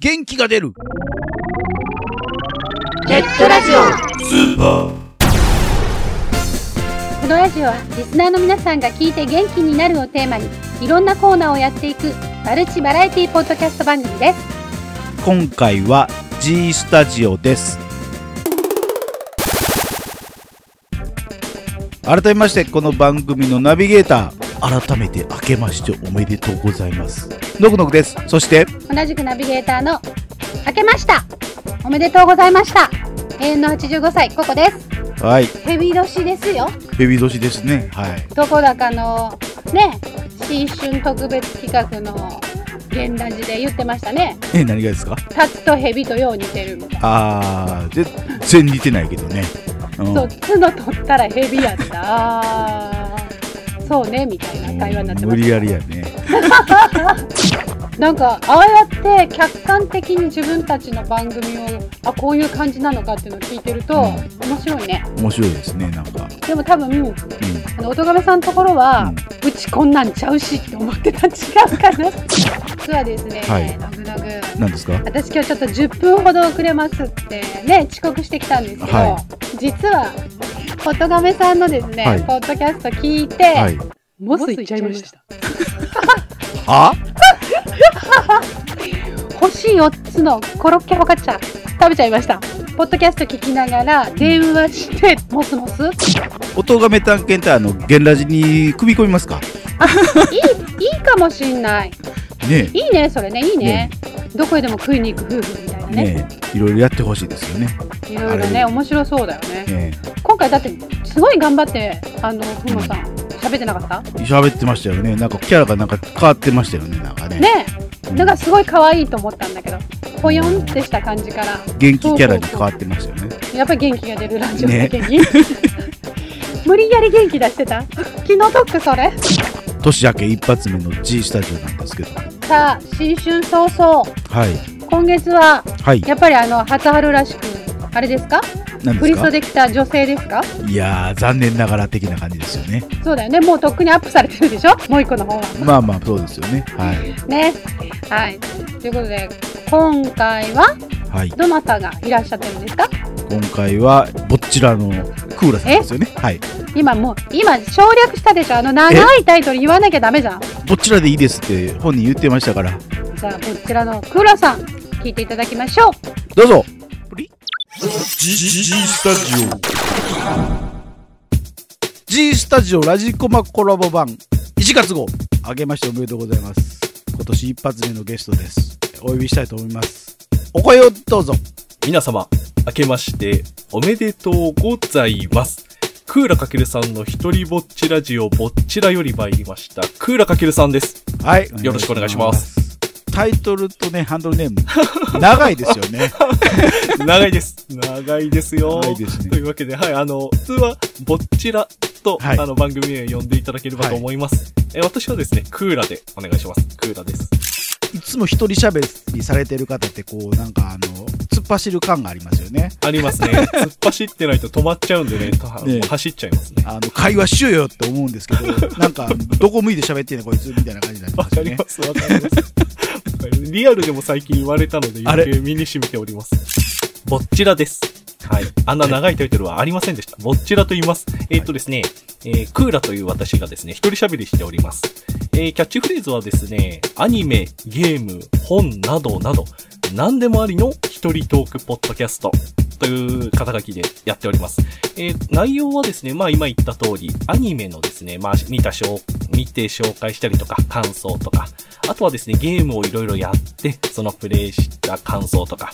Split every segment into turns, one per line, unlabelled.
元気が出る
ネットラジオこのラジオはリスナーの皆さんが聞いて元気になるをテーマにいろんなコーナーをやっていくマルチバラエティポッドキャスト番組です
今回は G スタジオです改めましてこの番組のナビゲーター改めて明けましておめでとうございますノクノクですそして
同じくナビゲーターの明けましたおめでとうございました永遠の85歳ココです
はい
ヘビ年ですよ
ベビー年ですねはい
どこだかのね新春特別企画の連ラジで言ってましたね
え何がですか
タツとヘビとよう似てるみたいな
あー全然似てないけどね、うん
そう角取ったらヘビやった あーそうねみたいな会話になってま
無理
す
やりやね
なんかああやって客観的に自分たちの番組をあこういう感じなのかっていうのを聞いてると、
うん
面白いね
面白いですねなんか、
でも多分
うん
あの音亀さんのところは、うちこんなんちゃうしって思ってたん違うか な実はですね、
はい
のぐのぐ
うん、なんですか
私今日ちょっと10分ほど遅れますってね遅刻してきたんですけど、
は
実は音亀さんのですね、
はい
ポッドキャスト聞いて、
はい
モス行っちゃいました。
あ
星4つのコロッケホカチャ食べちゃいました。ポッドキャスト聞きながら電話して、モスモス。いい、
音がめ探検隊あの現ラジに組み込みますか
いいかもしんない。
ね
いいね、それね、いいね。どこへでも食いに行く夫婦みたいな
え
ね。
ねえいろいろやってほしいですよね
いろいろ
あ
ね、
れ
面白そうだよね。
ね
今回だって、すごい頑張って、あの、ふもさん、喋ってなかった
え喋ってましたよねなんかキャラがなんか変わってましたよねなんかね
ね
う
え、
ん
なんかすごい可愛いと思ったんだけど、ぽよんってした感じから、
元気キャラに変わってましたよね
やっぱり元気が出るラジオだけに。 無理やり元気出してた気の毒それ
年明け一発目の G スタジオなんですけどは
さあ新春早々
い
今月は
はい
やっぱりあの初春らしくあれですか
何
振
で
り
すか
袖着た女性ですか
いやー残念ながら的な感じですよね
そうだよねもうとっくにアップされてるでしょもう一個の方は
まあまあそうですよねはい
ねはいということで今回は
はい
どなたがいらっしゃってるんですか
今回はぼっちらのクーラさんですよねはい
今もう今省略したでしょあの長いタイトル言わなきゃダメじゃん
ぼっちらでいいですって本人言ってましたから
じゃあこちらのクーラさん聞いていただきましょう
どうぞ
G, G, G Stadio.
G スタジオラジコマコラボ版1月号あげましておめでとうございます今年一発目のゲストですお呼びしたいと思いますお声をどうぞ
皆様、明けましておめでとうございます。クーラかけるさんの一人ぼっちラジオぼっちらより参りました。クーラかけるさんです。
はい
よろしくお願いします
タイトルとねハンドルネーム 長いですよね
長いです。長いですよ。
長いですね
というわけで、はい、あの、普通はぼっちらと、
はい
あの番組名を呼んでいただければと思います。え私はですね、クーラでお願いします。クーラです。
いつも一人喋りされてる方ってこうなんかあの突っ走る感がありますよね
ありますね。突っ走ってないと止まっちゃうんでね、た
ねえ
走っちゃいますね。
あの会話しようよって思うんですけ どなんかどこ向いて喋ってんのこいつみたいな感じになり
わ
ます
か
よ
り
ね
ます、わかります。リアルでも最近言われたので、
あれ
余計身に染みております。ぼっちらです。はい。あんな長いタイトルはありませんでした。ぼっちらと言います。えーっ、とですね、えークーラという私がですね、一人喋りしております。えーキャッチフレーズはですね、アニメ、ゲーム、本などなど、何でもありの一人トークポッドキャストという肩書きでやっております。えー内容はですね、まあ今言った通り、アニメのですね、まあ見たしょう見て紹介したりとか、感想とか、あとはですね、ゲームをいろいろやって、そのプレイした感想とか、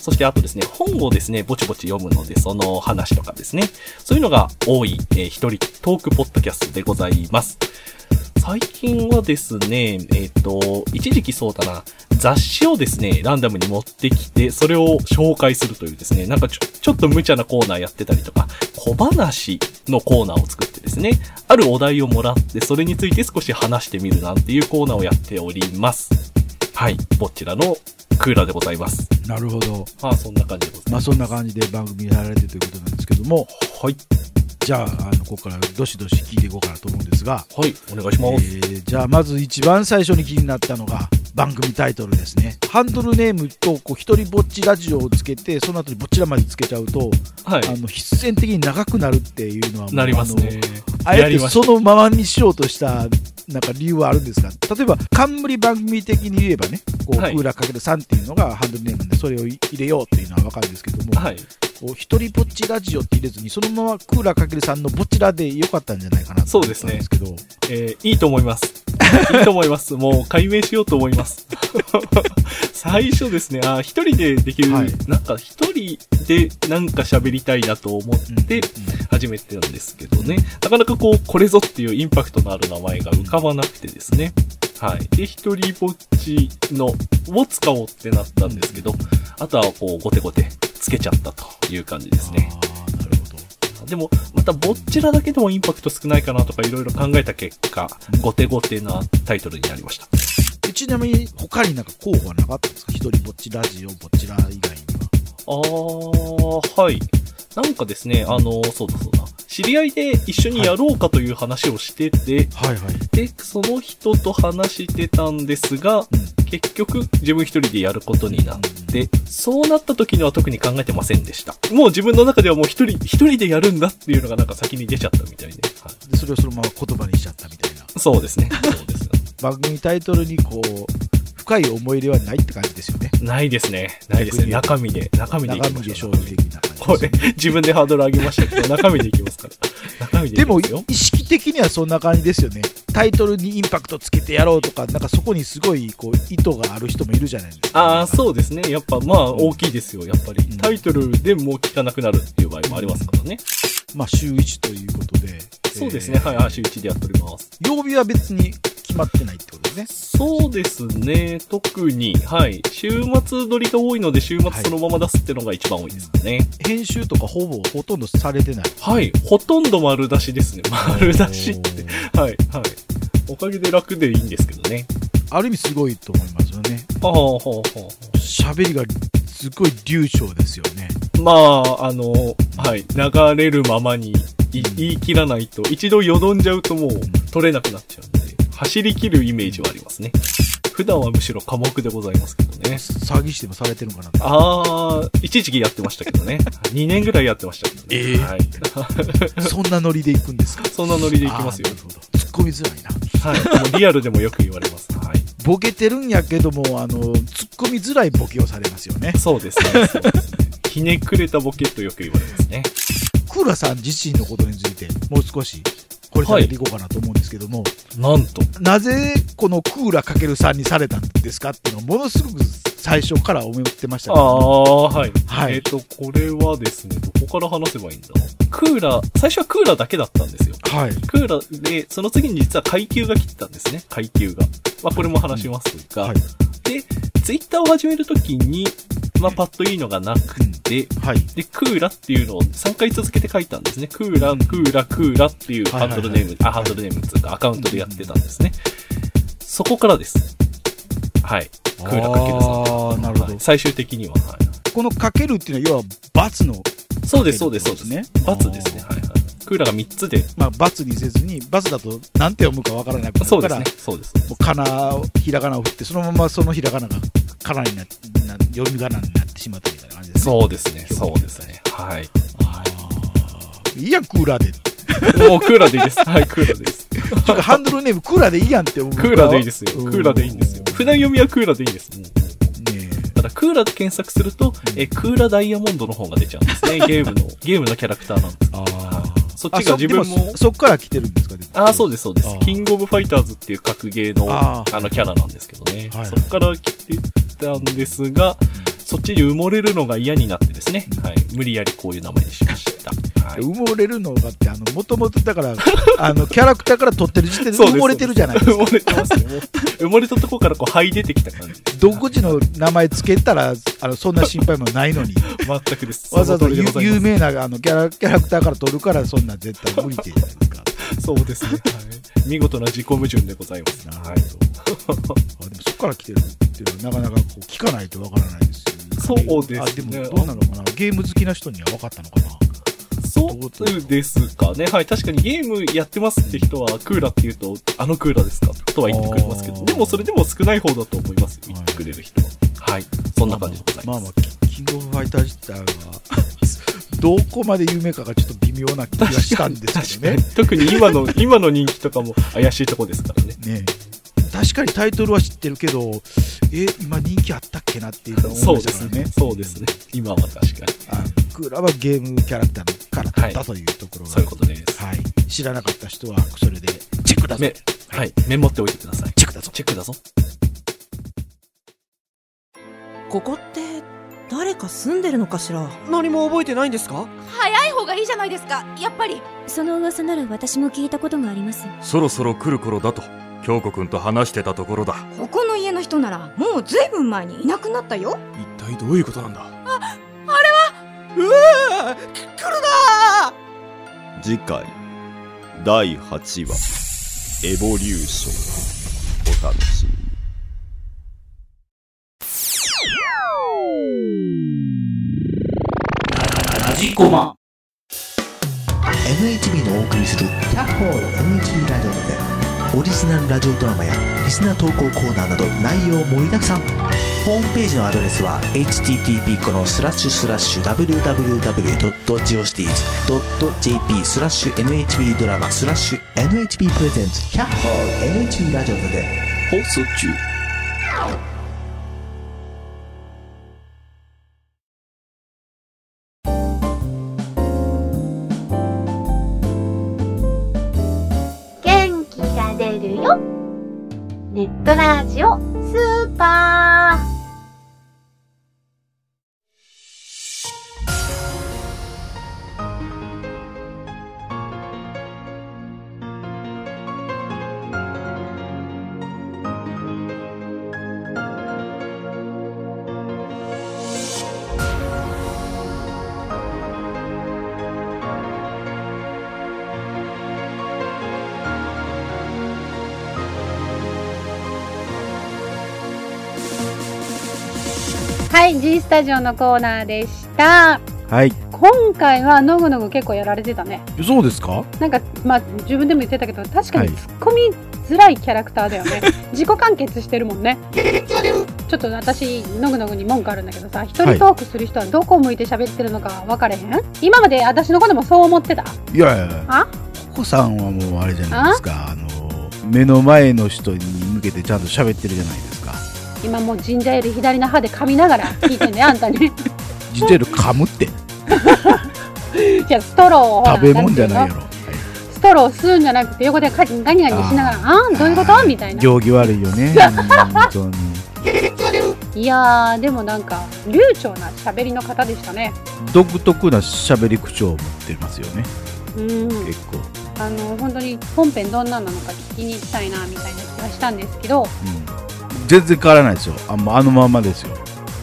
そしてあとですね、本をですね、ぼちぼち読むので、その話とかですね、そういうのが多い、えー一人トークポッドキャストでございます。最近はですね、えっ、と、一時期そうだな、雑誌をですね、ランダムに持ってきて、それを紹介するというですね、なんかちょちょっと無茶なコーナーやってたりとか、小話のコーナーを作ってですね、あるお題をもらって、それについて少し話してみるなんていうコーナーをやっております。はい、こちらのクーラーでございます。
なるほど
まあ、そんな感じでござい
ま
ま
あ
す。
そんな感じで番組やられてるということなんですけども
はい、
じゃああのここからどしどし聞いていこうかなと思うんですが、
はい、お願いし
え
ます。
ーじゃあまず一番最初に気になったのが番組タイトルですねハンドルネームとこう一人ぼっちラジオをつけてその後にぼっちらまでつけちゃうと、
はい。
あの必然的に長くなるっていうのはもう
なりますね。
あのあ
や
えて
りまし
そのままにしようとしたなんか理由はあるんですか例えば冠番組的に言えばねこう、
はい
クーラーかける3っていうのがハンドルネームでそれを入れようっていうのは分かるんですけども、
た。はい。
こう一人ぼっちラジオって入れずにそのままクーラーかけるさんのぼっちらでよかったんじゃないかなと
そう
思っ
です
たん
ね
ですけど
えーいいと思います。いいと思います。もう解明しようと思います。最初ですね、あー一人でできる、
はい
なんか一人でなんか喋りたいなと思って始めてたんですけどね、なかなかこう、これぞっていうインパクトのある名前が浮かばなくてですね。はい。で、一人ぼっちのを使おうってなったんですけど、あとはこう、ごてごてつけちゃったという感じですね。
ああなるほど
でも、また、ぼっちらだけでもインパクト少ないかなとかいろいろ考えた結果、後手後手なタイトルになりました。
えちなみに他になんか候補はなかったんですか一人ぼっちラジオぼっちら以外には
あー、はい。なんかですね、あの、そうだそうだ。知り合いで一緒にやろうかという話をしてて、
はいはい、
で、その人と話してたんですが、結局自分一人でやることになって、そうなった時には特に考えてませんでした。もう自分の中ではもう一人、一人でやるんだっていうのがなんか先に出ちゃったみたいで。はい
でそれをそのまま言葉にしちゃったみたいな
そうですね。そうです。
番組タイトルにこう深い思い入れはないって感じですよね
ないですね。ないで
逆
すね。
に
中身で、中身でい
中
きま
身で
しょ
勝
う。
負的な
こ
感じ
れ
で、
自分でハードル上げましたけど、中身でいきますから。中身でい
で
きま
も
すよ。
意識的にはそんな感じですよねタイトルにインパクトつけてやろうとかなんかそこにすごいこう意図がある人もいるじゃないですか
ああ、そうですね。やっぱ、まあ、大きいですよ、やっぱり
うん。
タイトルでもう聞かなくなるっていう場合もありますからね。
まあ週1ということで
そうですね。はい、あー週1でやっております。
えー曜日は別に決まってないってことですね
そうですね。特に、はい。週末撮りが多いので、週末そのまま出すってのが一番多いですかね。
編集とかほぼほとんどされてない
はい。ほとんど丸出しですね。丸出しって。はい、はい。おかげで楽でいいんですけどね。
ある意味すごいと思いますよね
はあ、はあ、はあ。
喋りがすごい流暢ですよね
まあ、あの、はい、流れるままにい
うん
言い切らないと、一度よどんじゃうともう取れなくなっちゃうんで、走り切るイメージはありますね。普段はむしろ寡黙でございますけどね。
詐欺師でもされてるのかなって
あー、一時期やってましたけど ね。2年ぐらいやってましたけどね。
ええ
はい。
そんなノリで行くんですか
そんなノリでいきますよ
あー。なるほど突っ込みづらいな
はい。もうリアルでもよく言われます。はい。
ボケてるんやけどもあの突っ込みづらいボケをされますよね
そうですね。そうですね。ひねくれたボケとよく言われますね。
クーラさん自身のことについてもう少しこれからていこうかなと思うんですけども、
なんと。
なぜこのクーラ×さんにされたんですかっていうのはものすごく最初から思ってましたけ
あ
ど
あ、はい。
はい
えっ、と、これはですね、どこから話せばいいんだクーラー、最初はクーラーだけだったんですよ。
はい
クーラーで、その次に実は階級が切ったんですね、階級が。まあ、これも話しますが、
はい
で、ツイッターを始めるときに、まあ、パッといいのがなくて、
はい
で、クーラっていうのを3回続けて書いたんですね。クーラ、クーラ、クーラっていうハンドルネーム、あ、ハンドルネームっていうかアカウントでやってたんですね。そこからです。はい。クーラかけるさん。
あーなるほど、
はい最終的には、はい。
このかけるっていうのは要は罰の、
そうです、そうです、そうです。
ね
ね、罰ですね。はいはい。クーラーが3つで。
まあ、罰にせずに罰だと何て読むかわからなくな
そ
る
う
か
で
ら
すね。そうです。そうです
もうかなひらがなを振ってそのままそのひらがながかなになな読み仮名になってしまったみたいな感じですね
そうですね。そうですね。はい。
いいやんクーラーで
もうクーラーでいいです。はい、クーラーでいいです。ク
ちょっとハンドルネームクーラーでいいやんって思う
ーラーでいいですよ。ク
うん
ーラーでいいんですよ。普段読みはクーラーでいいです。もう
ねえ
ただ、クーラーで検索すると、え、クーラーダイヤモンドの方が出ちゃうんです ね。ゲームの、ゲームのキャラクターなんです。そっ
あ
ちが自分
そで
も
そ、そっから来てるんですか
ああ、そう
で
です、そうで
あー
す。キングオブファイターズっていう格ゲーの、
あ
あ
ー
の、キャラなんですけどね。
はい
そこから来てたんですが、そっちに埋もれるのが嫌になってですね。はい。無理やりこういう名前にしました。はい。
埋もれるのがってあのもともとだから あのキャラクターから取ってる時点で埋もれてるじゃないです
埋
か
もれてますね。もう埋もれたとこからこう、這い出てきた感じです。
独自の名前つけたらあのそんな心配もないのに
全くです。
わざわざ
その通
有
りでございます
有名なあのキャラキャラクターから取るからそんな絶対無理じゃないですか
そうですね。はい。見事な自己矛盾でございます。
な
は
る
い。
あでもそっから来てるっていうのはなかなかこう聞かないとわからないですよね
そうですね
あでもどうなのかなゲーム好きな人には分かったのかな
そう、
こと
ですかね。はい。確かにゲームやってますって人は、クーラーって言うと、あのクーラーですかとは言ってくれますけ
あ
ど、
ー
でもそれでも少ない方だと思います。言ってくれる人は。はい。そんな感じでござい
ま
ま
あ
す。
まあ、キングオブファイター自体は、どこまで有名かがちょっと微妙な気がしたんです
確
けど
かに
ね。。
特に 今の、今の人気とかも怪しいとこですからね。
ね確かにタイトルは知ってるけど、え、今人気あったっけなっていうのを
そ
思
う
い出
で
す
す
ね
ね。。そうですね。今は確かに。
あクーラはゲームキャラクターからだった
はい
というところが、
そういうことです。
はい、知らなかった人はそれでチェックだぞ
め、はい。メモっておいてください。
チェックだぞ
チェックだぞ。
ここって誰か住んでるのかしら
何も覚えてないんですか
早い方がいいじゃないですかやっぱり
その噂なら私も聞いたことがあります
そろそろ来る頃だと京子くんと話してたところだ
ここの家の人ならもうずいぶん前にいなくなったよ
一体どういうことなんだあ、あれはうわー来るなー
次回第8話エボリューションお楽しみに
ラジコマ
NHB のお送りする「キャッホール NHB ラジオ」でオリジナルラジオドラマやリスナー投稿コーナーなど内容盛りだくさんホームページのアドレスは http このスラッシュスラッシュ www.geocities.jp スラッシュ NHB ドラマスラッシュ NHB プレゼンツキャッホール NHB ラジオで
放送中
元気が出るよネットラジオスーパーはい、G スタジオのコーナーでした。
はい
今回はのぐのぐ結構やられてたね。
そうですか
なんか、まあ、自分でも言ってたけど、確か
はい
に突っ込みづらいキャラクターだよね。自己完結してるもんね。ちょっと私、のぐのぐに文句あるんだけどさ、一
は
人
い
トークする人はどこを向いて喋ってるのか分かれへん、今まで私のこともそう思ってた。
いやいやいや
あ
ココさんはもうあれじゃないですかあの目の前の人に向けてちゃんと喋ってるじゃないですか
今もうジンジャーエール左の歯で噛みながら聞いてんね、あんたに。
ジジェル噛むって
じゃあ、ストローをほら
食べ物じゃない
ん
や
てう
ろ、は
のストローを吸うんじゃなくて、横でガニガニガニしながら、あーん、どういうことみたい
い
な。
行儀悪いよ ね本当に
いやーでもなんか流暢な喋りの方でしたね
独特な喋り口調を持ってますよね
うん
結構、
あの本当に本編どんななのか聞きに行きたいなみたいな気がしたんですけど
うん、全然変わらないですよあもうあのまんまですよ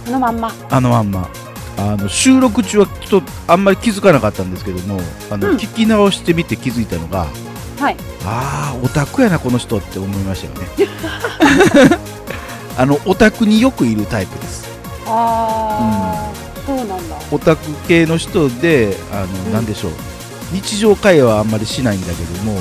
このまんま
あのまんまあの収録中はちょっとあんまり気づかなかったんですけどもあの、
うん
聞き直してみて気づいたのが
はい
ああオタクやなこの人って思いましたよね あのオタクによくいるタイプです
あー、そうなんだ
オタク系の人であの、
うん
なんでしょう日常会話はあんまりしないんだけども、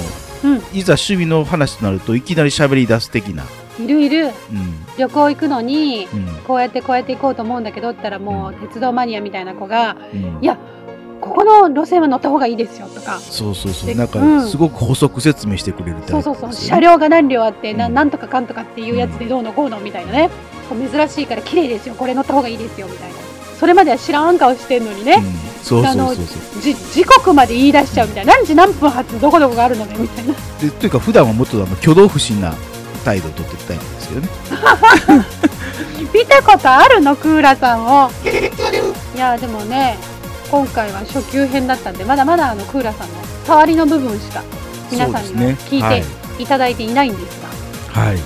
うん
いざ趣味の話となるといきなり喋り出す的な、
いるいる
うん
旅行行くのに
うん
こうやってこうやって行こうと思うんだけどって言ったらもう鉄道マニアみたいな子が
うん
いやここの路線は乗った方がいいですよとか
そうそうそう
で
なん
う
か
ん
すごく補足説明してくれる
そ
タ
う
イプ
そう
です
そ
よ
う
ね
車両が何両あってな
うん
なんとかかんとかっていうやつでどうのこうのみたいなね珍しいから綺麗ですよこれ乗った方がいいですよみたいなそれまでは知らん顔してんのに
う
ね、
んそうそうそうそう
じ時刻まで言い出しちゃうみたいな何時何分発どこどこがあるのねみたいな
でというか普段はもっとあの挙動不審な態度をとっていきたいんですけどね
見たことあるのクーラさんをいやでもね今回は初級編だったんでまだまだあのクーラさんの代わりの部分しか皆さんには聞
はい
ていただいていないんですが
い、はい、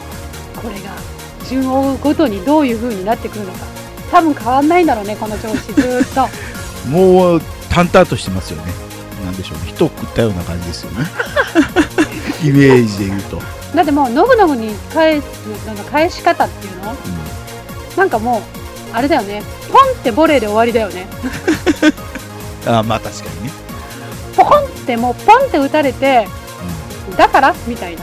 これが順を追うごとにどういう風になってくるのか多分変わんないんだろうねこの調子ずーっと
もう淡々としてますよねなんでしょうね人を食ったような感じですよね イメージで言うと、うん
だってもうノブノブに返すなんか返し方っていうのなんかもうあれだよねポンってボレーで終わりだよね
あまあ確かにね
ポンてもうポンって打たれてだからみたいな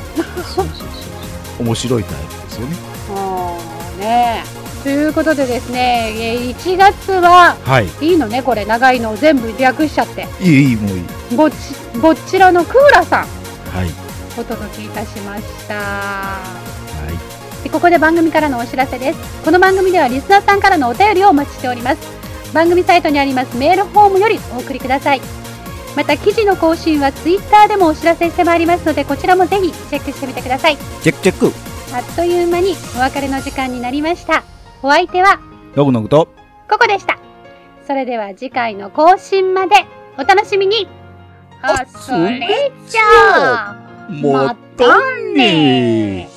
面白いタイプですよね
もうねということでですねえー1月は
はい
いいのねこれ長いのを全部略しちゃって
いいいいもういい
ぼっちぼっちらのクーラさん
はい
お届けいたしました。でここで番組からのお知らせです。この番組ではリスナーさんからのお便りをお待ちしております。番組サイトにありますメールフォームよりお送りください。また記事の更新はツイッターでもお知らせしてまいりますのでこちらもぜひチェックしてみてください。
チェックチェック
あっという間にお別れの時間になりました。お相手は
ノグノグと
ここでした。それでは次回の更新までお楽しみに。あ、それじゃあ。
またねー